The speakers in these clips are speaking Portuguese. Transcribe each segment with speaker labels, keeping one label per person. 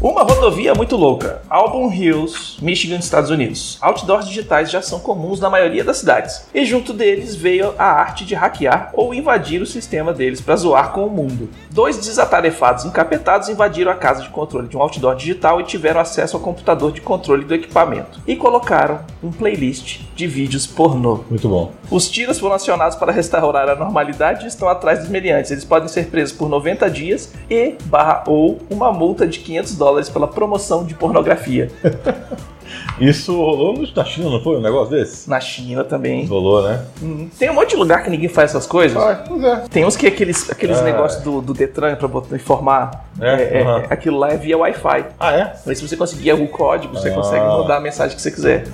Speaker 1: Uma rodovia muito louca. Auburn Hills, Michigan, Estados Unidos. Outdoors digitais já são comuns na maioria das cidades. E junto deles veio a arte de hackear ou invadir o sistema deles para zoar com o mundo. Dois desatarefados encapetados invadiram a casa de controle de um outdoor digital e tiveram acesso ao computador de controle do equipamento. E colocaram um playlist de vídeos pornô.
Speaker 2: Muito bom.
Speaker 1: Os tiras foram acionados para restaurar a normalidade e estão atrás dos meliantes. Eles podem ser presos por 90 dias e barra ou uma multa de 500 dólares pela promoção de pornografia.
Speaker 2: Isso rolou no- na China, não foi? Um negócio desse?
Speaker 1: Na China também.
Speaker 2: Rolou, né?
Speaker 1: Hum, Tem um monte de lugar que ninguém faz essas coisas.
Speaker 2: Ah, pois é.
Speaker 1: Tem uns que é aqueles, aqueles
Speaker 2: Ah.
Speaker 1: negócios do, do Detran pra botar, informar.
Speaker 2: É?
Speaker 1: É, é,
Speaker 2: Aham.
Speaker 1: Aquilo lá é via Wi-Fi.
Speaker 2: Ah, é?
Speaker 1: Mas se você conseguir o código, você
Speaker 2: Ah.
Speaker 1: consegue mandar a mensagem que você quiser.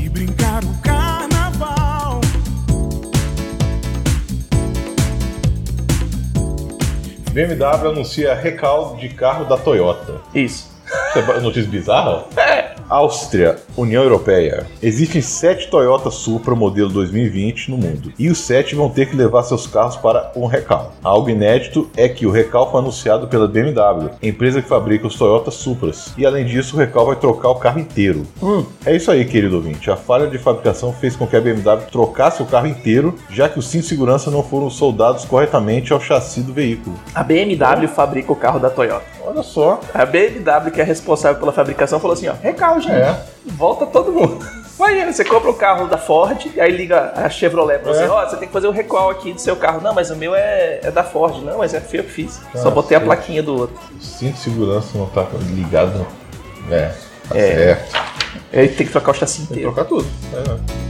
Speaker 3: E brincar o carnaval.
Speaker 2: BMW anuncia recaldo de carro da Toyota.
Speaker 1: Isso.
Speaker 2: Isso é ba- notícia bizarra? Áustria, União Europeia. Existem sete Toyota Supra modelo 2020 no mundo. E os sete vão ter que levar seus carros para um recal. Algo inédito é que o recal foi anunciado pela BMW, empresa que fabrica os Toyota Supras. E além disso, o recal vai trocar o carro inteiro. É isso aí, querido ouvinte. A falha de fabricação fez com que a BMW trocasse o carro inteiro, já que os cintos de segurança não foram soldados corretamente ao chassi do veículo.
Speaker 1: A BMW fabrica o carro da Toyota.
Speaker 2: Olha só.
Speaker 1: A BMW, que é responsável pela fabricação, falou assim: ó, recal, gente.
Speaker 2: É.
Speaker 1: Volta todo mundo. Imagina, você compra o carro da Ford, aí liga a Chevrolet pra você,
Speaker 2: É.
Speaker 1: ó, você tem que fazer o recall aqui do seu carro. Não, mas o meu é, é da Ford. Não, mas é feio que fiz. Só
Speaker 2: Ah,
Speaker 1: botei a
Speaker 2: sim.
Speaker 1: plaquinha do outro.
Speaker 2: O cinto de segurança não tá ligado, não. É, tá certo.
Speaker 1: Aí tem que trocar o chassi
Speaker 2: Tem que
Speaker 1: inteiro.
Speaker 2: trocar tudo. né?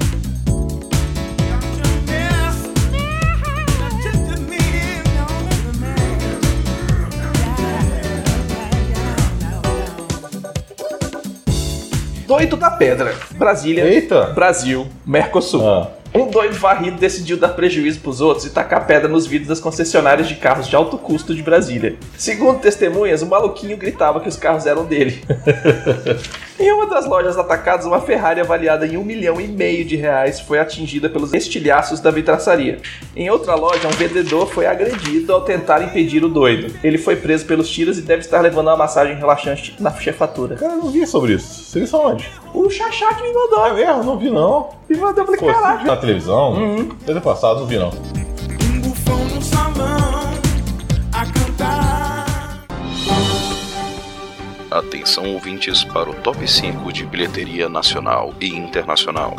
Speaker 1: Doido da pedra. Brasília.
Speaker 2: Eita!
Speaker 1: Brasil. Mercosul.
Speaker 2: Ah,
Speaker 1: Um doido varrido decidiu dar prejuízo pros outros e tacar pedra nos vidros das concessionárias de carros de alto custo de Brasília. Segundo testemunhas, o maluquinho gritava que os carros eram dele. em uma das lojas atacadas, uma Ferrari avaliada em um milhão e meio de reais foi atingida pelos estilhaços da vidraçaria. Em outra loja, um vendedor foi agredido ao tentar impedir o doido. Ele foi preso pelos tiros e deve estar levando uma massagem relaxante na chefatura.
Speaker 2: cara, eu não vi sobre isso. Vocês são onde?
Speaker 1: O Xaxá que me mandou.
Speaker 2: É mesmo? Não vi não.
Speaker 1: Me mandou, eu falei,
Speaker 2: Pô, você
Speaker 1: caraca.
Speaker 2: viu na televisão?
Speaker 1: Uhum.
Speaker 2: Desde o passado, não vi não.
Speaker 3: Um bufão no salão a cantar.
Speaker 4: Atenção ouvintes para o top 5 de bilheteria nacional e internacional.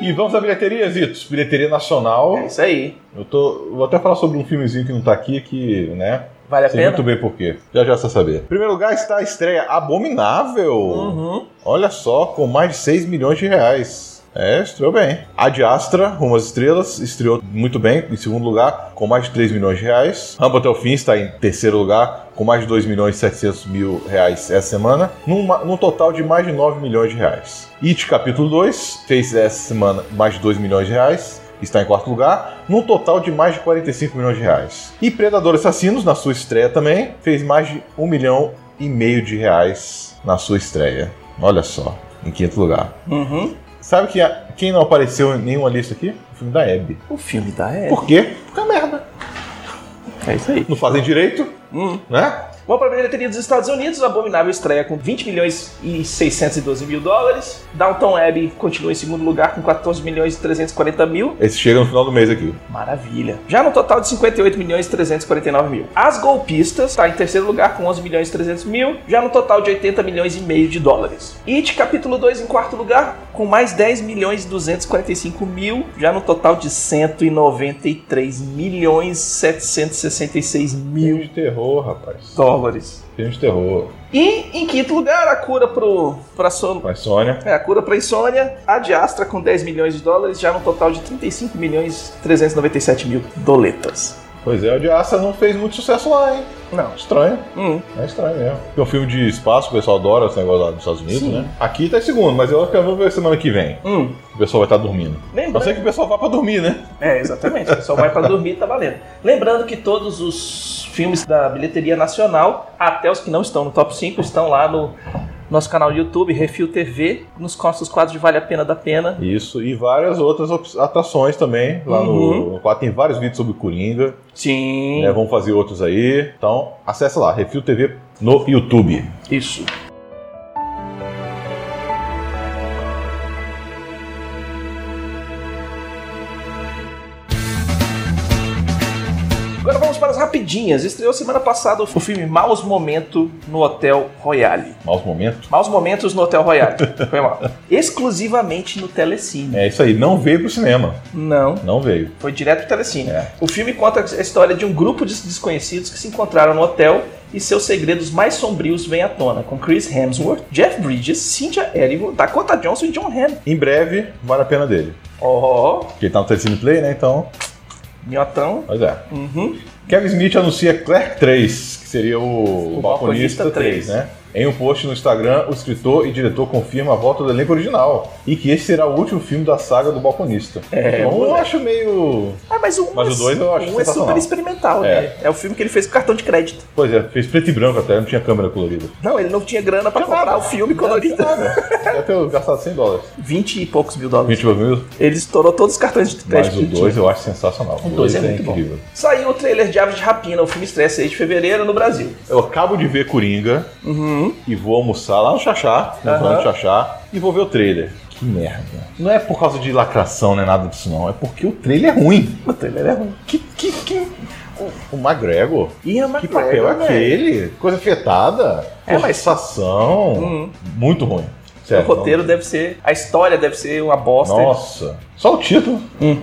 Speaker 2: E vamos à bilheteria, Zitos. Bilheteria nacional.
Speaker 1: É isso aí.
Speaker 2: Eu tô. Vou até falar sobre um filmezinho que não tá aqui, que, né?
Speaker 1: Vale a
Speaker 2: Sei
Speaker 1: pena?
Speaker 2: muito bem por quê. Já já você vai saber. Em primeiro lugar está a estreia Abominável.
Speaker 1: Uhum.
Speaker 2: Olha só, com mais de 6 milhões de reais. É, estreou bem. A de Astra, Rumo às Estrelas, estreou muito bem, em segundo lugar, com mais de 3 milhões de reais. Rambo até o fim está em terceiro lugar, com mais de 2 milhões e 700 mil reais essa semana, num, ma- num total de mais de 9 milhões de reais. It Capítulo 2 fez essa semana mais de 2 milhões de reais. Está em quarto lugar, num total de mais de 45 milhões de reais. E Predador Assassinos, na sua estreia também, fez mais de 1 milhão e meio de reais na sua estreia. Olha só, em quinto lugar.
Speaker 1: Uhum.
Speaker 2: Sabe que a- quem não apareceu em nenhuma lista aqui? O filme da Hebe.
Speaker 1: O filme da é.
Speaker 2: Por quê? Porque é merda.
Speaker 1: É isso aí.
Speaker 2: Não fazem direito,
Speaker 1: Hum.
Speaker 2: né?
Speaker 1: Bom, pra bilheteria dos Estados Unidos, Abominável estreia com 20 milhões e 612 mil dólares. Downton Abbey continua em segundo lugar com 14 milhões e 340 mil.
Speaker 2: Esse chega no final do mês aqui.
Speaker 1: Maravilha. Já no total de 58 milhões e 349 mil. As Golpistas está em terceiro lugar com 11 milhões e 300 mil. Já no total de 80 milhões e meio de dólares. It Capítulo 2 em quarto lugar com mais 10 milhões e 245 mil. Já no total de 193 milhões e 766 mil
Speaker 2: Filme de terror, rapaz.
Speaker 1: dólares.
Speaker 2: Filme de terror.
Speaker 1: E em quinto lugar, a cura pro pra son...
Speaker 2: Mas Sônia.
Speaker 1: é, a cura pra insônia, a de Astra com 10 milhões de dólares, já no total de 35 milhões 397 mil doletas.
Speaker 2: Pois é, o de Astra não fez muito sucesso lá, hein?
Speaker 1: Não.
Speaker 2: Estranho.
Speaker 1: Hum.
Speaker 2: É estranho mesmo. Porque é um filme de espaço, o pessoal adora esse negócio lá dos Estados Unidos,
Speaker 1: Sim.
Speaker 2: né? Aqui tá em segundo, mas eu acho que eu vou ver semana que vem.
Speaker 1: Hum.
Speaker 2: O pessoal vai estar dormindo.
Speaker 1: Lembrando-
Speaker 2: Eu sei que o pessoal vai pra dormir, né?
Speaker 1: É, exatamente. Só vai pra dormir e tá valendo. Lembrando que todos os filmes da bilheteria nacional, até os que não estão no top 5, estão lá no nosso canal do YouTube, Refil TV, nos nossos quadros de Vale a Pena da Pena.
Speaker 2: Isso. E várias outras op- atrações também lá
Speaker 1: Uhum.
Speaker 2: no- no. quadro. Tem vários vídeos sobre Coringa.
Speaker 1: Sim.
Speaker 2: né? Vamos fazer outros aí. Então, acessa lá, Refil TV no YouTube.
Speaker 1: Isso. Agora vamos para as rapidinhas. Estreou semana passada o filme Maus Momento no Hotel Royale.
Speaker 2: Maus momentos.
Speaker 1: Maus Momentos no Hotel Royale. Foi mal. Exclusivamente no Telecine.
Speaker 2: É isso aí. Não veio pro cinema.
Speaker 1: Não.
Speaker 2: Não veio.
Speaker 1: Foi direto pro Telecine.
Speaker 2: É.
Speaker 1: O filme conta a história de um grupo de desconhecidos que se encontraram no hotel e seus segredos mais sombrios vêm à tona, com Chris Hemsworth, Jeff Bridges, Cynthia Erivo, Dakota Johnson e John Hamm.
Speaker 2: Em breve, vale a pena dele.
Speaker 1: Ó, oh,
Speaker 2: Porque ele tá no Telecine Play, né? Então,
Speaker 1: minhotão.
Speaker 2: pois é.
Speaker 1: Uhum.
Speaker 2: Kevin Smith anuncia Clerk 3, que seria o,
Speaker 1: O
Speaker 2: Balconista,
Speaker 1: Balconista
Speaker 2: 3, né? Em um post no Instagram, o escritor e diretor confirma a volta do elenco original e que esse será o último filme da saga do Balconista.
Speaker 1: É,
Speaker 2: Então, eu
Speaker 1: moleque.
Speaker 2: acho meio.
Speaker 1: Ah, mas o um
Speaker 2: Mas o dois
Speaker 1: é,
Speaker 2: eu acho
Speaker 1: um é
Speaker 2: sensacional.
Speaker 1: super experimental, né? É o filme que ele fez com cartão de crédito.
Speaker 2: Pois é, fez preto e branco até, não tinha câmera colorida.
Speaker 1: Não, ele não tinha grana pra
Speaker 2: Tinha
Speaker 1: comprar
Speaker 2: nada.
Speaker 1: o filme
Speaker 2: Não tinha
Speaker 1: colorido.
Speaker 2: nada. Deve ter gastado 100 dólares.
Speaker 1: 20 e poucos mil dólares.
Speaker 2: 20 mil?
Speaker 1: Ele estourou todos os cartões de
Speaker 2: Mas
Speaker 1: crédito.
Speaker 2: o
Speaker 1: que tinha.
Speaker 2: 2 eu acho sensacional.
Speaker 1: O dois é muito bom. Saiu o trailer de Aves de Rapina, o filme estreia 6 de fevereiro no Brasil.
Speaker 2: Eu acabo de ver Coringa
Speaker 1: Uhum.
Speaker 2: e vou almoçar lá no Xaxá, no
Speaker 1: Aham.
Speaker 2: restaurante Xaxá, e vou ver o trailer. Que merda. Não é por causa de lacração, não é nada disso não. É porque o trailer é ruim.
Speaker 1: O trailer é ruim.
Speaker 2: Que, que, que... O, o McGregor?
Speaker 1: Ian
Speaker 2: Que
Speaker 1: McGregor,
Speaker 2: papel é
Speaker 1: velho.
Speaker 2: aquele? Coisa afetada?
Speaker 1: É, mas-
Speaker 2: Forçação?
Speaker 1: Uhum.
Speaker 2: Muito ruim.
Speaker 1: O
Speaker 2: Sério,
Speaker 1: roteiro
Speaker 2: não-
Speaker 1: deve ser. A história deve ser uma bosta.
Speaker 2: Tá, Nossa, só o título.
Speaker 1: Hum.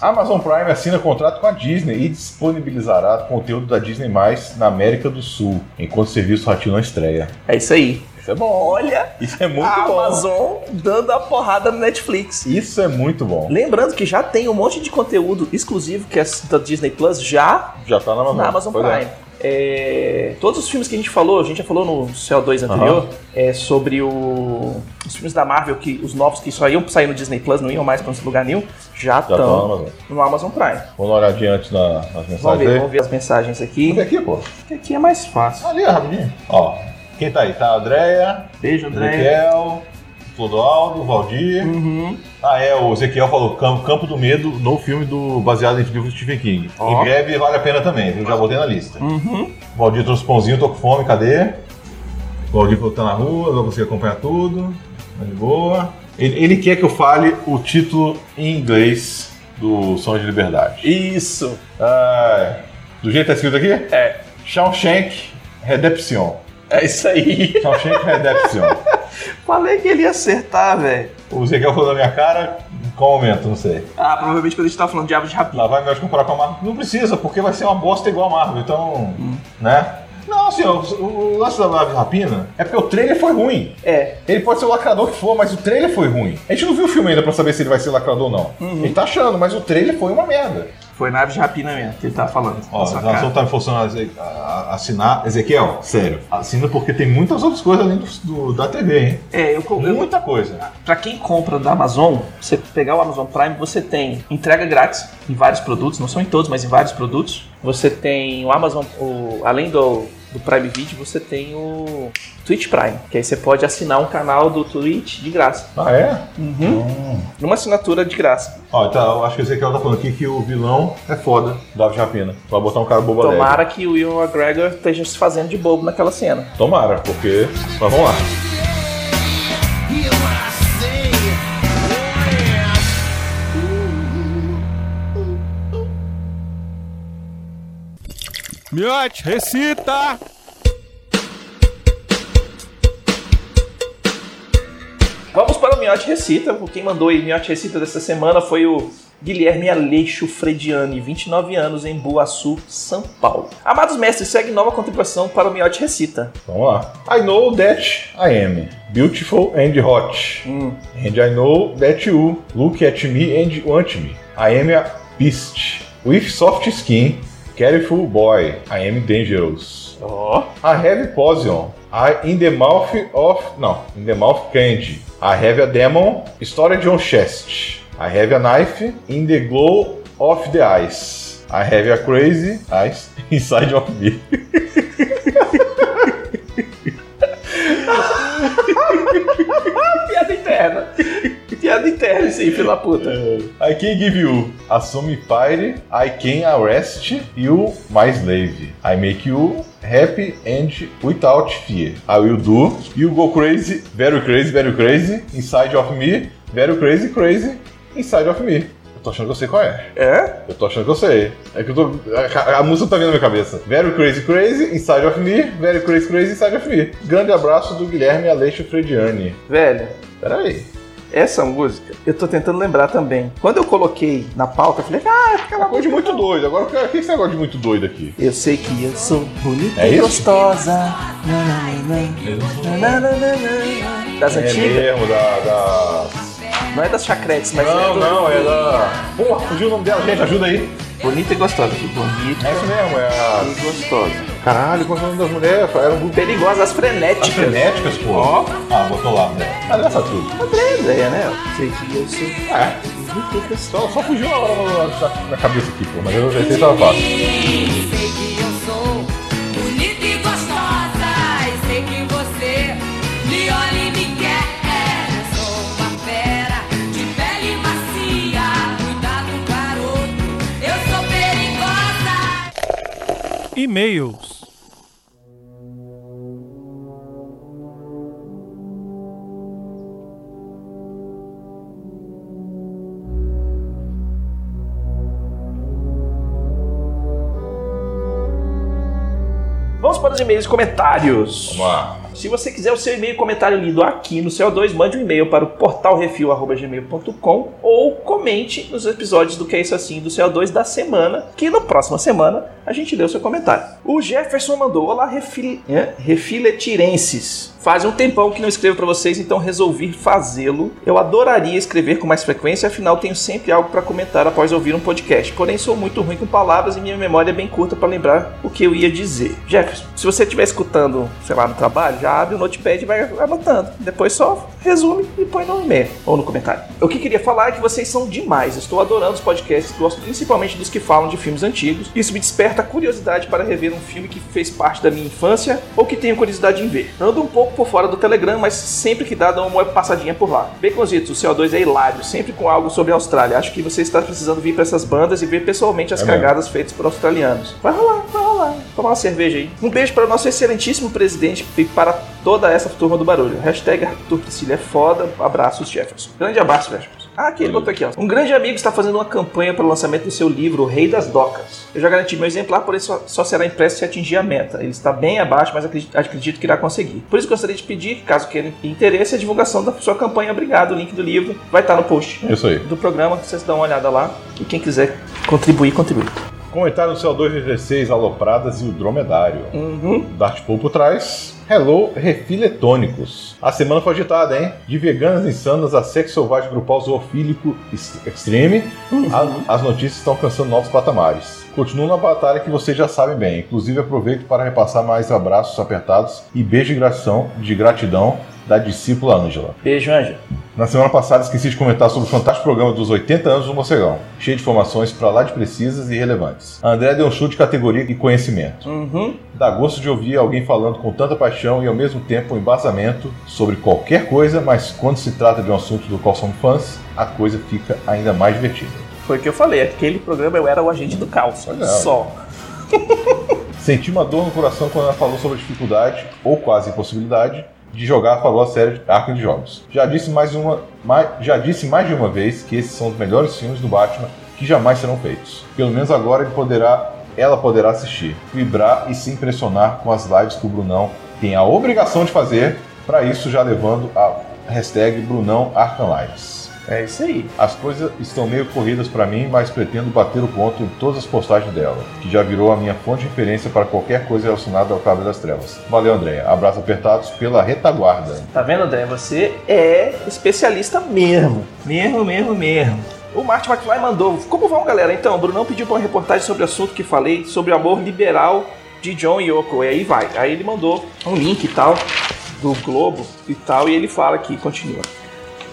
Speaker 2: Amazon Prime assina contrato com a Disney e disponibilizará conteúdo da Disney na América do Sul, enquanto o serviço Ratinho não estreia.
Speaker 1: É isso aí.
Speaker 2: Isso é bom.
Speaker 1: Olha
Speaker 2: Isso é muito
Speaker 1: a
Speaker 2: bom.
Speaker 1: Amazon dando a porrada no Netflix.
Speaker 2: Isso é muito bom.
Speaker 1: Lembrando que já tem um monte de conteúdo exclusivo que é da Disney Plus já
Speaker 2: Já tá na Amazon,
Speaker 1: na Amazon
Speaker 2: Pois
Speaker 1: Prime. É, todos os filmes que a gente falou, a gente já falou no CO2 anterior, é sobre o- os filmes da Marvel, que os novos que só iam sair no Disney Plus, não iam mais pra esse lugar nenhum, já
Speaker 2: Já tá na
Speaker 1: estão
Speaker 2: Amazon.
Speaker 1: no Amazon Prime.
Speaker 2: Vou dar uma olhadinha antes na- nas
Speaker 1: Então. Vamos
Speaker 2: mensagens
Speaker 1: ver,
Speaker 2: aí.
Speaker 1: vamos ver as mensagens aqui.
Speaker 2: Vem aqui, pô.
Speaker 1: Porque aqui é mais fácil.
Speaker 2: Ali, ó, rapidinho. Ó, quem tá aí? Tá a Andréia,
Speaker 1: Beijo, André.
Speaker 2: Ezequiel, Clodoaldo, Valdir.
Speaker 1: Uhum.
Speaker 2: Ah, é, o Ezequiel falou Campo, Campo do Medo no filme do baseado em livro do Stephen King.
Speaker 1: Ó.
Speaker 2: Em breve vale a pena também, eu já botei na lista.
Speaker 1: Uhum.
Speaker 2: Valdir trouxe pãozinho, tô com fome, cadê? Valdir falou que tá na rua, não consegui acompanhar tudo. Tá de boa. Ele, ele quer que eu fale o título em inglês do Som de Liberdade.
Speaker 1: Isso.
Speaker 2: Ah, do jeito que tá escrito aqui?
Speaker 1: É.
Speaker 2: Shawshank Redemption.
Speaker 1: É isso aí.
Speaker 2: Shawshank Redemption.
Speaker 1: Falei que ele ia acertar, velho.
Speaker 2: o Ezequiel falou na minha cara, em qual momento, não sei.
Speaker 1: Ah, provavelmente quando a gente tava falando de Aves de Rapina.
Speaker 2: Lá vai Melhor comparar com a Marvel. Não precisa, porque vai ser uma bosta igual a Marvel, então. Né? Não, assim, o, o lance da Nave Rapina é porque o trailer foi ruim.
Speaker 1: É.
Speaker 2: Ele pode ser o lacrador que for, mas o trailer foi ruim. A gente não viu o filme ainda pra saber se ele vai ser lacrador ou não. Ele tá achando, mas o trailer foi uma merda.
Speaker 1: Foi na Aves de Rapina mesmo que ele tava falando.
Speaker 2: Ó,
Speaker 1: na
Speaker 2: o
Speaker 1: sua cara.
Speaker 2: Nação tá me forçando a, assinar. Ezequiel, sério, assina porque tem muitas outras coisas além da TV, hein?
Speaker 1: É, eu, co- eu,
Speaker 2: Muita coisa.
Speaker 1: Pra quem compra da Amazon, você pegar o Amazon Prime, você tem entrega grátis em vários produtos, não são em todos, mas em vários produtos. Você tem o Amazon, o- além do, do Prime Video, você tem o Twitch Prime, que aí você pode assinar um canal do Twitch de graça.
Speaker 2: Ah, é?
Speaker 1: Numa assinatura de graça.
Speaker 2: Ó, então eu acho que o Ezequiel tá falando aqui que o vilão é foda. Davi Japina. Vai botar um cara bobo alegre.
Speaker 1: Tomara que o Will McGregor esteja se fazendo de bobo naquela cena.
Speaker 2: Tomara, porque. Mas vamos lá.
Speaker 5: Miote, recita!
Speaker 1: Vamos para o Miote Recita. Quem mandou aí Miote Recita dessa semana foi o Guilherme Aleixo Frediani, 29 anos, em Boaçu, São Paulo. Amados mestres, segue nova contribuição para o Miote Recita.
Speaker 2: Vamos lá. I know that I am beautiful and hot.
Speaker 1: Hum.
Speaker 2: And I know that you look at me and want me. I am a beast with soft skin Careful Boy, I Am Dangerous.
Speaker 1: Ó,
Speaker 2: I Have Poison, I In the Mouth of. Não, In the Mouth Candy. I Have a Demon, Storage on Chest. I Have a Knife, In the Glow of the Eyes. I Have a Crazy Eyes Inside of Me.
Speaker 1: piada interna. piada interna, isso aí, filha da puta.
Speaker 2: I Can Give You, Assume Fire, I Can Arrest You, My Slave. I Make You Happy and Without Fear. I Will Do, You Go Crazy, Very Crazy, Very Crazy, Inside of Me, Very Crazy, Crazy, Inside of Me. Eu tô achando que eu sei qual é.
Speaker 1: É?
Speaker 2: Eu tô achando que eu sei. É que eu tô. A, a- a música tá vindo na minha cabeça. Very Crazy Crazy, Inside of Me, Very Crazy Crazy, Inside of Me. Grande abraço do Guilherme Aleixo Frediani.
Speaker 1: Velho,
Speaker 2: Pera aí.
Speaker 1: essa música, eu tô tentando lembrar também. Quando eu coloquei na pauta, eu falei, ah, aquela
Speaker 2: Negócio
Speaker 1: música.
Speaker 2: É de muito doido. Agora, o que o que é esse negócio de muito doido aqui?
Speaker 1: Eu sei que eu sou bonita
Speaker 2: É
Speaker 1: e
Speaker 2: isso?
Speaker 1: gostosa. Na, na, na. Na, na, na, na. Das
Speaker 2: É
Speaker 1: antigas?
Speaker 2: mesmo, da. da...
Speaker 1: Não é das chacretes, mas é
Speaker 2: Não,
Speaker 1: do-
Speaker 2: não, é da. Porra, fugiu o nome dela, gente, ajuda aí.
Speaker 1: Bonita e gostosa. Bonita
Speaker 2: É isso mesmo, é a.
Speaker 1: e gostosa.
Speaker 2: Caralho, qual é o nome das mulheres? Era um grupo
Speaker 1: Perigosas as frenéticas.
Speaker 2: As frenéticas, pô.
Speaker 1: Ó.
Speaker 2: Ah, botou lá, né? Mas essa tudo.
Speaker 1: André, André, né? Eu Sei que eu sou
Speaker 2: É.
Speaker 1: bonita e gostosa.
Speaker 2: Só, só fugiu a hora na cabeça aqui, pô. Mas eu já sei se tava fácil.
Speaker 6: Sei que eu sou bonita e gostosa. E sei que você me olha e me quer. Eu sou uma fera de pele macia. Cuidado, garoto, eu sou perigosa.
Speaker 5: E-mails.
Speaker 1: Vamos para os e-mails e comentários.
Speaker 2: Vamos lá.
Speaker 1: Se você quiser o seu e-mail e comentário lido aqui no CO2, mande um e-mail para o portalrefil.gmail.com ou comente nos episódios do Que É Isso Assim do CO2 da semana, que na próxima semana a gente lê o seu comentário. O Jefferson mandou, olá refil... hã? refiletirenses. Faz um tempão que não escrevo para vocês, então resolvi fazê-lo. Eu adoraria escrever com mais frequência, afinal tenho sempre algo para comentar após ouvir um podcast. Porém, sou muito ruim com palavras e minha memória é bem curta para lembrar o que eu ia dizer. Jefferson, se você estiver escutando, sei lá, no trabalho, já abre o notepad e vai anotando. Depois só resume e põe no e-mail ou no comentário. O que queria falar é que vocês são demais. Estou adorando os podcasts, gosto principalmente dos que falam de filmes antigos. Isso me desperta curiosidade para rever um filme que fez parte da minha infância ou que tenho curiosidade em ver. Ando um pouco por fora do Telegram, mas sempre que dá, dou uma passadinha por lá. Baconzitos, o CO2 é hilário, sempre com algo sobre a Austrália. Acho que você está precisando vir para essas bandas e ver pessoalmente as
Speaker 2: É mesmo.
Speaker 1: cagadas feitas por australianos. Vai rolar, vai rolar. Tomar uma cerveja aí. Um beijo para o nosso excelentíssimo presidente e para toda essa turma do barulho. Hashtag Arthur Priscila é foda. Abraços, Jefferson. Grande abraço, Jefferson. Ah, aqui, ele botou aqui, ó. Um grande amigo está fazendo uma campanha para o lançamento do seu livro, O Rei das Docas. Eu já garanti meu exemplar, porém só, só será impresso se atingir a meta. Ele está bem abaixo, mas acredito, acredito que irá conseguir. Por isso gostaria de pedir, caso queira interesse, a divulgação da sua campanha. Obrigado, o link do livro vai estar no post
Speaker 2: É isso aí.
Speaker 1: do programa, vocês dão uma olhada lá. E quem quiser contribuir, contribui.
Speaker 2: Comentário do CO216, Alopradas e o Dromedário.
Speaker 1: Uhum.
Speaker 2: Dart Pool por trás. Hello, refiletônicos. A semana foi agitada, hein? De veganas insanas a sexo selvagem grupal zoofílico ex- extreme, a- as notícias estão alcançando novos patamares. Continuo na batalha que vocês já sabem bem. Inclusive, aproveito para repassar mais abraços apertados e beijo de gratidão, de gratidão da discípula Ângela.
Speaker 1: Beijo, Anja.
Speaker 2: Na semana passada esqueci de comentar sobre o fantástico programa dos 80 anos do Mocegão, cheio de informações pra lá de precisas e relevantes. A André deu um chute de categoria e conhecimento.
Speaker 1: Uhum.
Speaker 2: Dá gosto de ouvir alguém falando com tanta paixão e ao mesmo tempo um embasamento sobre qualquer coisa, mas quando se trata de um assunto do qual somos fãs, a coisa fica ainda mais divertida.
Speaker 1: Foi o que eu falei. Aquele programa eu era o agente do caos.
Speaker 2: Olha.
Speaker 1: Só.
Speaker 2: Senti uma dor no coração quando ela falou sobre a dificuldade, ou quase impossibilidade, de jogar a famosa série de Arkham de Jogos. Já disse mais uma, mais, já disse mais de uma vez que esses são os melhores filmes do Batman que jamais serão feitos. Pelo menos agora ele poderá, ela poderá assistir, vibrar e se impressionar com as lives que o Brunão tem a obrigação de fazer, para isso já levando a hashtag Brunão Arkham Lives.
Speaker 1: É isso aí.
Speaker 2: As coisas estão meio corridas pra mim, mas pretendo bater o ponto em todas as postagens dela, que já virou a minha fonte de referência para qualquer coisa relacionada ao Cabo das Trevas. Valeu, Andréia. Abraço apertados pela retaguarda.
Speaker 1: Tá vendo, André? Você é especialista mesmo. Mesmo, mesmo, mesmo. O Martin McFly mandou. Como vão, galera? Então, o Brunão pediu pra uma reportagem sobre o assunto que falei, sobre o amor liberal de John e Yoko. E aí vai. Aí ele mandou um link e tal, do Globo e tal, e ele fala aqui, continua.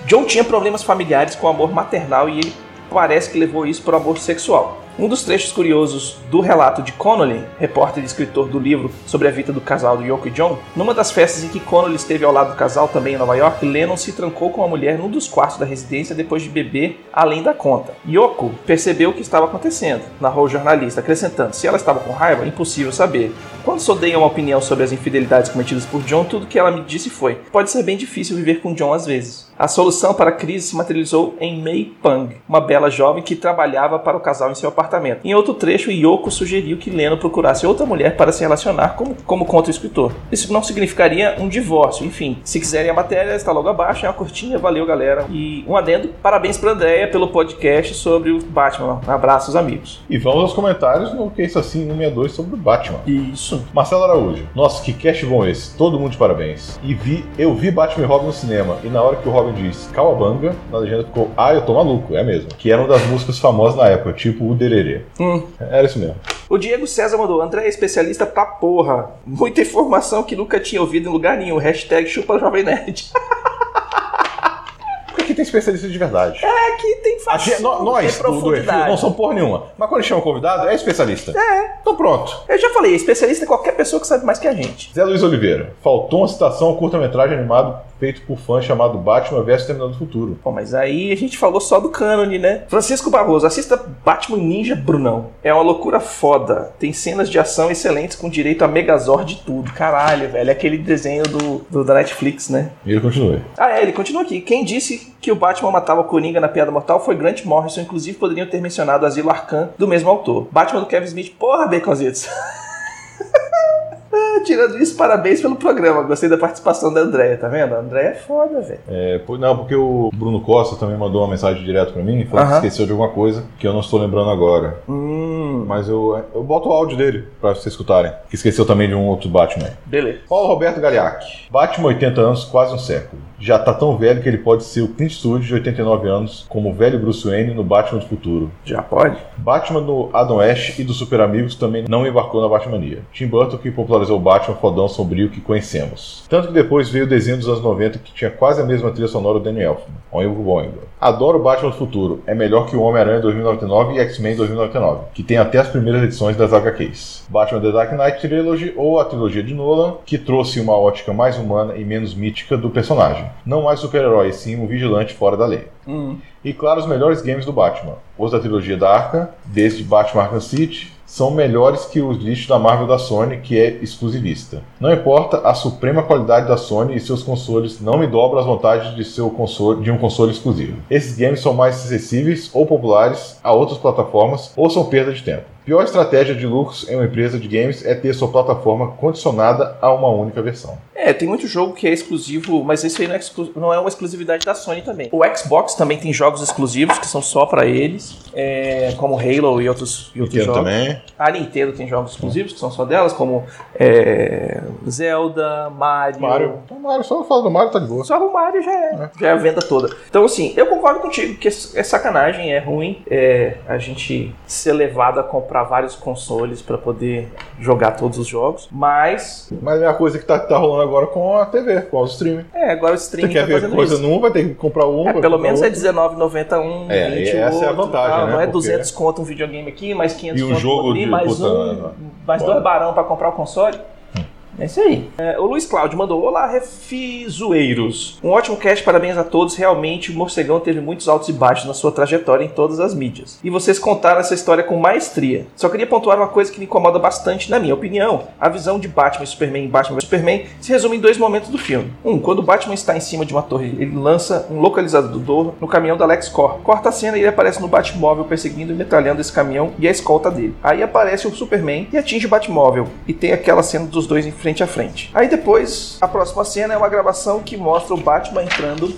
Speaker 1: John tinha problemas familiares com o amor maternal e ele parece que levou isso para o amor sexual. Um dos trechos curiosos do relato de Connolly, repórter e escritor do livro sobre a vida do casal do Yoko e John, numa das festas em que Connolly esteve ao lado do casal, também em Nova York, Lennon se trancou com a mulher num dos quartos da residência depois de beber além da conta. Yoko percebeu o que estava acontecendo, narrou o jornalista, acrescentando: se ela estava com raiva, é impossível saber. Quando sodei uma opinião sobre as infidelidades cometidas por John, tudo que ela me disse foi: pode ser bem difícil viver com John às vezes. A solução para a crise se materializou em May Pang, uma bela jovem que trabalhava para o casal em seu apartamento. Em outro trecho, Yoko sugeriu que Leno procurasse outra mulher para se relacionar, como, como conta o escritor. Isso não significaria um divórcio, enfim. Se quiserem a matéria, está logo abaixo, é uma curtinha, valeu galera. E um adendo: parabéns para Andréia pelo podcast sobre o Batman. Abraços, amigos.
Speaker 2: E vamos aos comentários no Que Isso Assim 162 sobre o Batman.
Speaker 1: Isso.
Speaker 2: Marcelo Araújo. Nossa, que cast bom esse. Todo mundo de parabéns. E vi, eu vi Batman e Robin no cinema. E na hora que o Robin diz Calabanga, na legenda ficou Ah, eu tô maluco. É mesmo. Que era uma das músicas famosas na época, tipo o Dererê.
Speaker 1: Hum.
Speaker 2: Era isso mesmo.
Speaker 1: O Diego César mandou, André é especialista pra porra. Muita informação que nunca tinha ouvido em lugar nenhum. Hashtag chupa Jovem Nerd.
Speaker 2: Porque aqui tem especialista de verdade.
Speaker 1: Aqui É tem
Speaker 2: A
Speaker 1: fácil,
Speaker 2: gente- nó- nós,
Speaker 1: tem
Speaker 2: do, do Refil,
Speaker 1: um profundidade.
Speaker 2: não são porra nenhuma. Mas quando chama o convidado, é especialista. É. Então pronto.
Speaker 1: Eu já falei, especialista é qualquer pessoa que sabe mais que a gente.
Speaker 2: Zé Luiz Oliveira. Faltou uma citação ao curta-metragem animado feito por fã chamado Batman vs Terminal do Futuro.
Speaker 1: Bom, mas aí a gente falou só do cânone, né? Francisco Barroso, assista Batman Ninja Brunão. É uma loucura foda. Tem cenas de ação excelentes com direito a Megazord de tudo. Caralho, velho. É aquele desenho do, do- da Netflix, né?
Speaker 2: E ele continua.
Speaker 1: Ah, é, ele continua aqui. Quem disse que o Batman matava o Coringa na Piada Mortal foi Grant Morrison. Inclusive, poderiam ter mencionado Asilo Arkham, do mesmo autor. Batman do Kevin Smith. Porra, Baconzitos. Ah, Tirando isso, parabéns pelo programa. Gostei da participação da Andréia, tá vendo? A Andréia é foda, velho.
Speaker 2: É, pô- não, porque o Bruno Costa também mandou uma mensagem direto pra mim e falou
Speaker 1: Aham.
Speaker 2: que esqueceu de alguma coisa que eu não estou lembrando agora.
Speaker 1: Hum,
Speaker 2: Mas eu, eu boto o áudio dele pra vocês escutarem. Que esqueceu também de um outro Batman.
Speaker 1: beleza.
Speaker 2: Paulo Roberto Galeac. Batman, 80 anos, quase um século. Já tá tão velho que ele pode ser o Clint Eastwood de 89 anos, como o velho Bruce Wayne no Batman do futuro.
Speaker 1: Já pode?
Speaker 2: Batman do Adam West e dos Super Amigos também não embarcou na Batmania. Tim Burton que popularizou o Batman fodão sombrio que conhecemos. Tanto que depois veio o desenho dos anos 90 que tinha quase a mesma trilha sonora do Danny Elfman. Oingo Boingo. Adoro Batman do Futuro. É melhor que o Homem-Aranha 2099 e X-Men 2099, que tem até as primeiras edições das HQs. Batman The Dark Knight Trilogy ou a trilogia de Nolan, que trouxe uma ótica mais humana e menos mítica do personagem. Não mais super-herói, sim um vigilante fora da lei.
Speaker 1: Hum.
Speaker 2: E claro, os melhores games do Batman. Os da trilogia da Arca, desde Batman Arkham City, são melhores que os lixos da Marvel da Sony, que é exclusivista. Não importa a suprema qualidade da Sony e seus consoles não me dobram as vantagens de, seu console, de um console exclusivo. Esses games são mais acessíveis ou populares a outras plataformas ou são perda de tempo. Pior estratégia de lucros em uma empresa de games é ter sua plataforma condicionada a uma única versão.
Speaker 1: É, tem muito jogo que é exclusivo, mas esse aí não é, exclu- não é uma exclusividade da Sony também. O Xbox também tem jogos exclusivos que são só pra eles, é, como Halo e outros, e outros
Speaker 2: Entendo
Speaker 1: jogos.
Speaker 2: também.
Speaker 1: A Nintendo tem jogos exclusivos que são só delas, como é, Zelda, Mario.
Speaker 2: Mario. Então, Mario, só fala do Mario, tá de boa.
Speaker 1: Só o Mario já é, já é a venda toda. Então, assim, eu concordo contigo que é é sacanagem, é ruim é, a gente ser levado a comprar vários consoles pra poder jogar todos os jogos, mas
Speaker 2: Mas é a coisa que tá, tá rolando agora com a TV, com os streaming.
Speaker 1: é, agora o
Speaker 2: Você
Speaker 1: streaming
Speaker 2: quer
Speaker 1: tá
Speaker 2: ver
Speaker 1: fazendo
Speaker 2: coisa
Speaker 1: isso.
Speaker 2: num, vai ter que comprar um.
Speaker 1: É,
Speaker 2: vai
Speaker 1: pelo
Speaker 2: comprar
Speaker 1: menos é
Speaker 2: outro.
Speaker 1: R$19,91,
Speaker 2: É, e
Speaker 1: 20
Speaker 2: essa é
Speaker 1: um
Speaker 2: a
Speaker 1: outro e
Speaker 2: vantagem,
Speaker 1: tal.
Speaker 2: né,
Speaker 1: Não é
Speaker 2: porque-
Speaker 1: 200 conto um videogame aqui, mais 500
Speaker 2: E um
Speaker 1: conto
Speaker 2: jogo
Speaker 1: ali,
Speaker 2: de-
Speaker 1: mais
Speaker 2: puta,
Speaker 1: um, mais
Speaker 2: bora. Hum.
Speaker 1: dois barão pra comprar o console. É isso aí. É, o Luiz Cláudio mandou: Olá, refizoeiros. Um ótimo cast, parabéns a todos. Realmente, o Morcegão teve muitos altos e baixos na sua trajetória em todas as mídias. E vocês contaram essa história com maestria. Só queria pontuar uma coisa que me incomoda bastante, na minha opinião. A visão de Batman e Superman em Batman vs Superman se resume em dois momentos do filme. Um, quando o Batman está em cima de uma torre, ele lança um localizador no caminhão da Lex Corp. Corta a cena e ele aparece no Batmóvel perseguindo e metralhando esse caminhão e a escolta dele. Aí aparece o Superman e atinge o Batmóvel. E tem aquela cena dos dois em frente a frente. Aí depois, a próxima cena é uma gravação que mostra o Batman entrando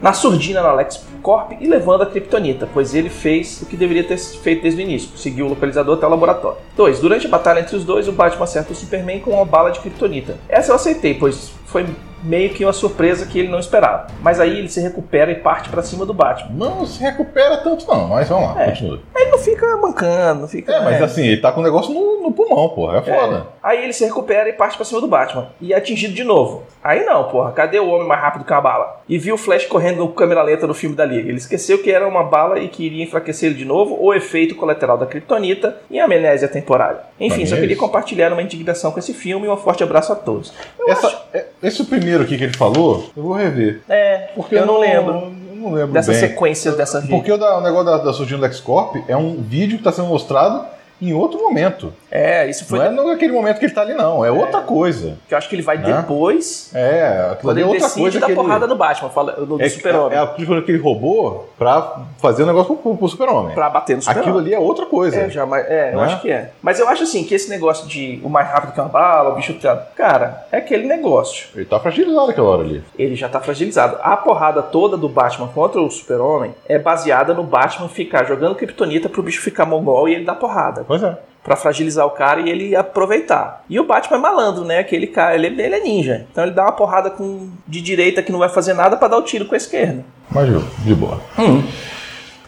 Speaker 1: na surdina na Alex Corp e levando a Kryptonita, pois ele fez o que deveria ter feito desde o início, seguiu o localizador até o laboratório. 2. Durante a batalha entre os dois, o Batman acerta o Superman com uma bala de Kryptonita. Essa eu aceitei, pois foi meio que uma surpresa que ele não esperava. Mas aí ele se recupera e parte pra cima do Batman.
Speaker 2: Não se recupera tanto, não, mas vamos lá,
Speaker 1: É.
Speaker 2: continua.
Speaker 1: Aí não fica mancando, não fica.
Speaker 2: É, mas assim, ele tá com o negócio no, no pulmão, porra. É foda.
Speaker 1: Aí ele se recupera e parte pra cima do Batman. E é atingido de novo. Aí não, porra, cadê o homem mais rápido que a bala? E viu o Flash correndo com câmera lenta no filme da Liga. Ele esqueceu que era uma bala e que iria enfraquecer ele de novo, ou efeito colateral da Kryptonita e a amnésia temporária. Enfim,
Speaker 2: Pra
Speaker 1: só
Speaker 2: mim é
Speaker 1: queria
Speaker 2: isso.
Speaker 1: compartilhar uma indignação com esse filme e um forte abraço a todos. Eu
Speaker 2: Essa-
Speaker 1: acho-
Speaker 2: é- esse primeiro aqui que ele falou, eu vou rever.
Speaker 1: É,
Speaker 2: Porque
Speaker 1: eu, não lembro
Speaker 2: Eu não lembro
Speaker 1: dessa
Speaker 2: bem.
Speaker 1: sequência dessa vida.
Speaker 2: Porque o, da- o negócio da, da surgindo do LexCorp é um vídeo que tá sendo mostrado em outro momento.
Speaker 1: É, isso foi
Speaker 2: Não é naquele momento que ele tá ali, não. É, outra coisa.
Speaker 1: que eu acho que ele vai
Speaker 2: Né?
Speaker 1: depois.
Speaker 2: É, aquilo
Speaker 1: Quando
Speaker 2: ali é
Speaker 1: ele
Speaker 2: outra
Speaker 1: decide
Speaker 2: coisa
Speaker 1: dar
Speaker 2: que ele...
Speaker 1: porrada no Batman, fala, no, do
Speaker 2: É,
Speaker 1: super-homem.
Speaker 2: é a película que ele roubou pra fazer o negócio pro, pro super-homem.
Speaker 1: pra bater no super-homem.
Speaker 2: Aquilo ali é outra coisa.
Speaker 1: É, jamais, é eu
Speaker 2: Né?
Speaker 1: acho que é. Mas eu acho assim, que esse negócio de o mais rápido que é uma bala, o bicho tá. Cara, é aquele negócio.
Speaker 2: Ele tá fragilizado aquela hora ali.
Speaker 1: Ele já tá fragilizado. A porrada toda do Batman contra o Super-Homem é baseada no Batman ficar jogando Kryptonita pro bicho ficar mongol e ele dar porrada.
Speaker 2: Pois é.
Speaker 1: Pra fragilizar o cara e ele aproveitar. E o Batman é malandro, né? Aquele cara, ele, ele é ninja. Então ele dá uma porrada com, de direita que não vai fazer nada pra dar o tiro com a esquerda.
Speaker 2: Mas de- de boa.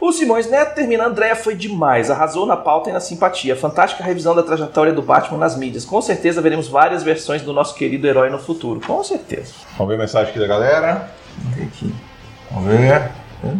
Speaker 1: O Simões Neto termina, Andréa foi demais, arrasou na pauta e na simpatia. Fantástica revisão da trajetória do Batman nas mídias. Com certeza veremos várias versões do nosso querido herói no futuro. Com certeza.
Speaker 2: Vamos ver a mensagem aqui da galera. Vamos ver.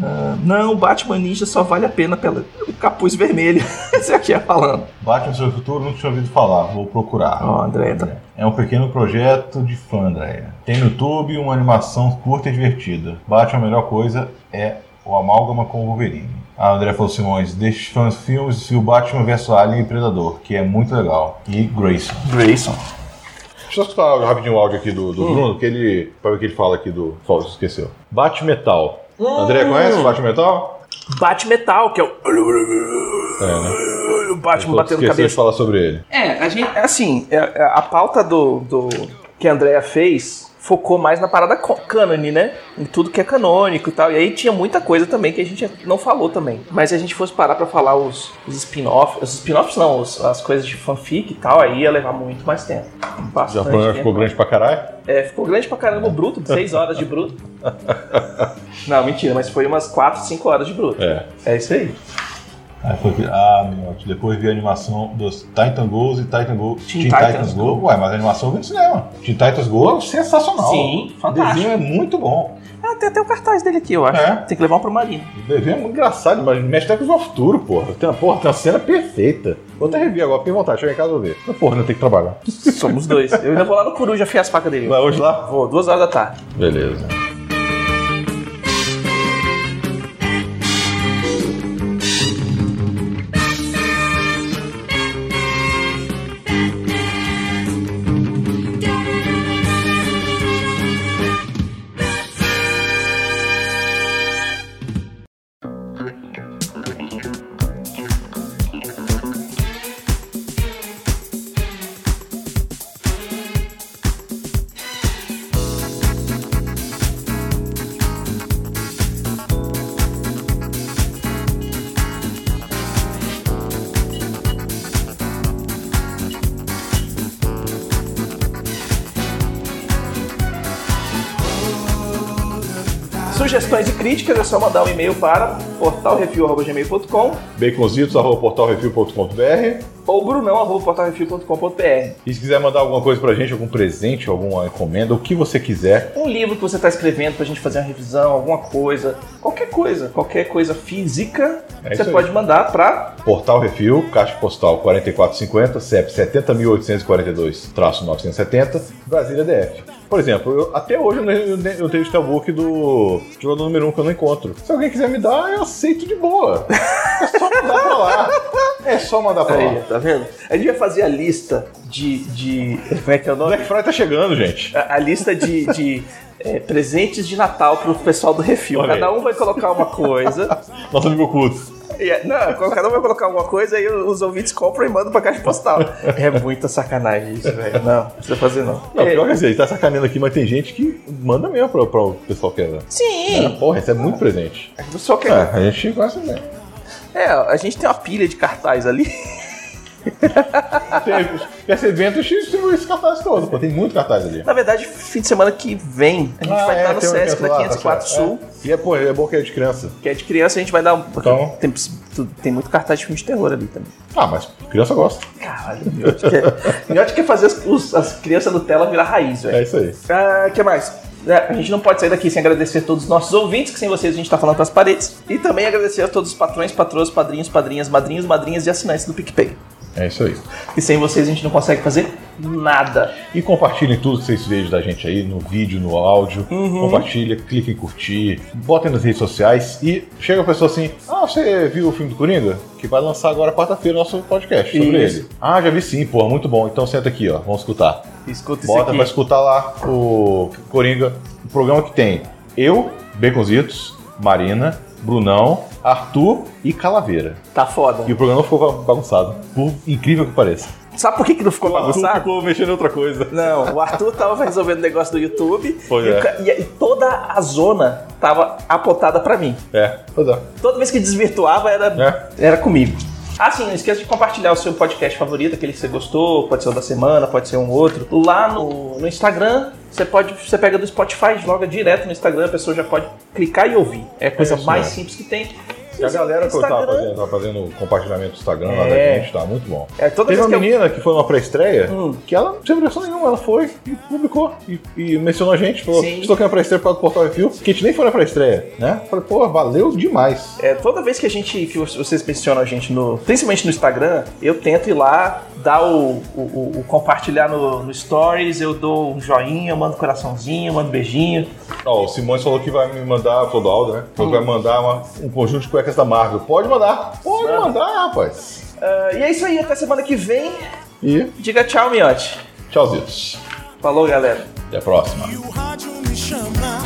Speaker 1: Ah, Não, o Batman Ninja só vale a pena pelo capuz vermelho. Esse aqui é falando.
Speaker 2: Batman Seu Futuro, nunca tinha ouvido falar, vou procurar.
Speaker 1: Ó, Andréa tá.
Speaker 2: É um pequeno projeto de fã, Andréia. Tem no YouTube uma animação curta e divertida. Batman, a melhor coisa é o amálgama com o Wolverine. A André falou Simões, destes fãs filmes, o Batman vs Alien e Predador, que é muito legal. E Grayson.
Speaker 1: Grayson.
Speaker 2: Deixa eu escutar rapidinho o áudio aqui do, do
Speaker 1: Hum.
Speaker 2: Bruno, que ele. Pra ver o que ele fala aqui do. Falso, esqueceu. Bate Metal.
Speaker 1: Hum.
Speaker 2: André, conhece o Bate Metal?
Speaker 1: Bate metal, que é o.
Speaker 2: É, né?
Speaker 1: O Batman
Speaker 2: Falou que
Speaker 1: batendo
Speaker 2: Esqueceu de
Speaker 1: cabeça.
Speaker 2: falar sobre ele.
Speaker 1: É, a gente. é Assim, é, é, a pauta do, do que a Andrea fez focou mais na parada co- cânone, né? Em tudo que é canônico e tal. E aí tinha muita coisa também que a gente não falou também. Mas se a gente fosse parar pra falar os, os spin-offs, os spin-offs não, os- as coisas de fanfic e tal, aí ia levar muito mais tempo.
Speaker 2: Já
Speaker 1: Bastante
Speaker 2: o problema
Speaker 1: tempo.
Speaker 2: ficou grande pra caralho?
Speaker 1: É, ficou grande pra caramba o bruto, 6 horas de bruto. Não, mentira, mas foi umas 4, 5 horas de bruto.
Speaker 2: É.
Speaker 1: É isso aí.
Speaker 2: Aí foi que, ah, meu, depois vi a animação dos Titan Goals e Titan Go.
Speaker 1: Teen
Speaker 2: Teen,
Speaker 1: Titans
Speaker 2: Titans, Go. Ué, mas a animação vem do cinema. Teen Titans Go é sensacional.
Speaker 1: Sim,
Speaker 2: O
Speaker 1: fantástico.
Speaker 2: desenho é muito bom.
Speaker 1: Ah, tem até o cartaz dele aqui, eu acho.
Speaker 2: É.
Speaker 1: Tem que levar um pro Marina.
Speaker 2: O desenho é muito engraçado, mas mexe até com o futuro, porra. Tem uma, porra, tem uma cena perfeita. Vou até rever agora, fiquei à vontade, chega em casa e vou ver. Mas, porra, não tem que trabalhar.
Speaker 1: Somos dois. Eu ainda vou lá no Coruja afiar as facas dele.
Speaker 2: Vai hoje lá?
Speaker 1: Vou, duas horas da tarde.
Speaker 2: Beleza.
Speaker 1: Sugestões e críticas é só mandar um e-mail para portalreview.gmail.com
Speaker 2: Baconzitos, arroba portalreview.com.br.
Speaker 1: ou brunão.portalreview.com.br
Speaker 2: E se quiser mandar alguma coisa pra gente, algum presente, alguma encomenda, o que você quiser,
Speaker 1: Um livro que você está escrevendo pra gente fazer uma revisão, alguma coisa, qualquer coisa, qualquer coisa física,
Speaker 2: É
Speaker 1: você
Speaker 2: isso aí.
Speaker 1: pode mandar para
Speaker 2: Portal Refil, Caixa Postal 4450, CEP 70.842-970, Brasília DF. Por exemplo, eu- até hoje eu, não- eu tenho o Starbook do jogador número 1 um que eu não encontro. Se alguém quiser me dar, eu aceito de boa. É só mandar pra lá. É só mandar pra lá.
Speaker 1: Aí, tá vendo? A gente vai fazer a lista de. de como é que é o nome?
Speaker 2: Black Friday tá chegando, gente.
Speaker 1: A, a lista de, de, é, presentes de Natal pro pessoal do refil.
Speaker 2: Olha aí.
Speaker 1: Cada um vai colocar uma coisa.
Speaker 2: Nosso amigo oculto.
Speaker 1: E, Não, cada um vai colocar alguma coisa e os ouvintes compram e mandam pra caixa postal. É muita sacanagem isso, velho. Não, não precisa fazer não.
Speaker 2: Não,
Speaker 1: É,
Speaker 2: pior que assim, ele tá sacaneando aqui, mas tem gente que manda mesmo pra, pra o pessoal que é.
Speaker 1: Sim!
Speaker 2: Ah, Porra, isso é muito presente.
Speaker 1: Só que,
Speaker 2: É, a gente gosta mesmo.
Speaker 1: é, a gente tem uma pilha de cartaz ali.
Speaker 2: Teve. Esse evento X distribuiu esse cartaz todo, pô. Tem muito cartaz ali.
Speaker 1: Na verdade, fim de semana que vem, a gente vai estar no
Speaker 2: tem um
Speaker 1: Sesc
Speaker 2: evento
Speaker 1: da
Speaker 2: lá,
Speaker 1: 504
Speaker 2: tá certo.
Speaker 1: Sul,
Speaker 2: É. E é, pô, é bom que é de criança.
Speaker 1: que é de criança, a gente vai dar um.
Speaker 2: Então.
Speaker 1: Tem, tem muito cartaz de filme de terror ali também.
Speaker 2: Ah, mas criança gosta.
Speaker 1: Caralho, Miotti quer, Miotti quer fazer os- os- as crianças Nutella virar raiz,
Speaker 2: É
Speaker 1: velho.
Speaker 2: isso aí.
Speaker 1: Ah, que mais? É, a gente não pode sair daqui sem agradecer todos os nossos ouvintes, que sem vocês a gente tá falando pras paredes. E também agradecer a todos os patrões, patroas, padrinhos, padrinhas, madrinhos, madrinhas e assinantes do PicPay.
Speaker 2: É isso aí.
Speaker 1: Que sem vocês a gente não consegue fazer nada.
Speaker 2: E compartilhem tudo que vocês vejam da gente aí, no vídeo, no áudio. Compartilha, clique em curtir, botem nas redes sociais e chega a pessoa assim: Ah, você viu o filme do Coringa? Que vai lançar agora quarta-feira o nosso podcast sobre
Speaker 1: Isso.
Speaker 2: ele. Ah, já vi sim, porra, muito bom. Então senta aqui, ó, vamos escutar.
Speaker 1: Escuta isso
Speaker 2: Bota pra
Speaker 1: aqui.
Speaker 2: escutar lá o Coringa, o programa que tem eu, Baconzitos, Marina, Brunão, Arthur e Calaveira.
Speaker 1: Tá foda.
Speaker 2: E o programa ficou bagunçado, por incrível que pareça.
Speaker 1: Sabe por que, que não ficou
Speaker 2: Arthur
Speaker 1: bagunçado?
Speaker 2: ficou mexendo em outra coisa.
Speaker 1: Não, o Arthur tava resolvendo o negócio do YouTube
Speaker 2: Pois
Speaker 1: e, o
Speaker 2: é.
Speaker 1: ca- e- e toda a zona tava apontada pra mim.
Speaker 2: É, pois é.
Speaker 1: Toda vez que desvirtuava era, era comigo. Ah, sim, não esqueça de compartilhar o seu podcast favorito, aquele que você gostou, pode ser o da semana, pode ser um outro. Lá no, no Instagram, você pode. Você pega do Spotify, joga direto no Instagram, a pessoa já pode clicar e ouvir. É a coisa
Speaker 2: Isso,
Speaker 1: mais
Speaker 2: né?
Speaker 1: simples que tem.
Speaker 2: E a galera que eu tava
Speaker 1: Instagram-
Speaker 2: fazendo, tava fazendo um compartilhamento do Instagram lá
Speaker 1: É.
Speaker 2: da gente, tá muito bom.
Speaker 1: É, toda
Speaker 2: Teve
Speaker 1: vez
Speaker 2: uma
Speaker 1: que eu-
Speaker 2: menina que foi numa pré-estreia
Speaker 1: Hum.
Speaker 2: que ela não teve pressão nenhuma, ela foi e publicou e, e mencionou a gente, falou:
Speaker 1: Sim.
Speaker 2: Estou aqui na pré-estreia por causa do Portal Refil, que a gente nem foi na pré-estreia, né? Falei, pô, valeu demais.
Speaker 1: É, toda vez que a gente, que vocês mencionam a gente no, principalmente no Instagram, eu tento ir lá, dar o, o- o- o compartilhar no, no Stories, eu dou um joinha, eu mando coraçãozinho, eu mando um beijinho.
Speaker 2: Ó, o Simões falou que vai me mandar, falou do Aldo, né? Falou que vai mandar uma- um conjunto de cuecas da Marvel. Pode mandar, pode mandar, rapaz.
Speaker 1: Ah, e é isso aí, até semana que vem.
Speaker 2: E
Speaker 1: Diga tchau, Miote.
Speaker 2: tchauzitos.
Speaker 1: Falou, galera.
Speaker 2: Até a próxima.
Speaker 3: E o rádio me chama,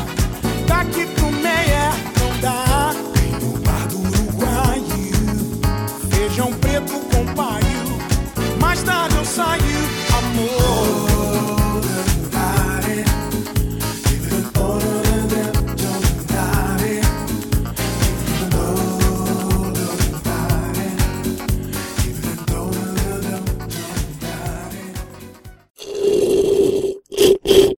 Speaker 3: daqui pro meia não dá. Tem no bar do Uruguai, feijão preto com pai.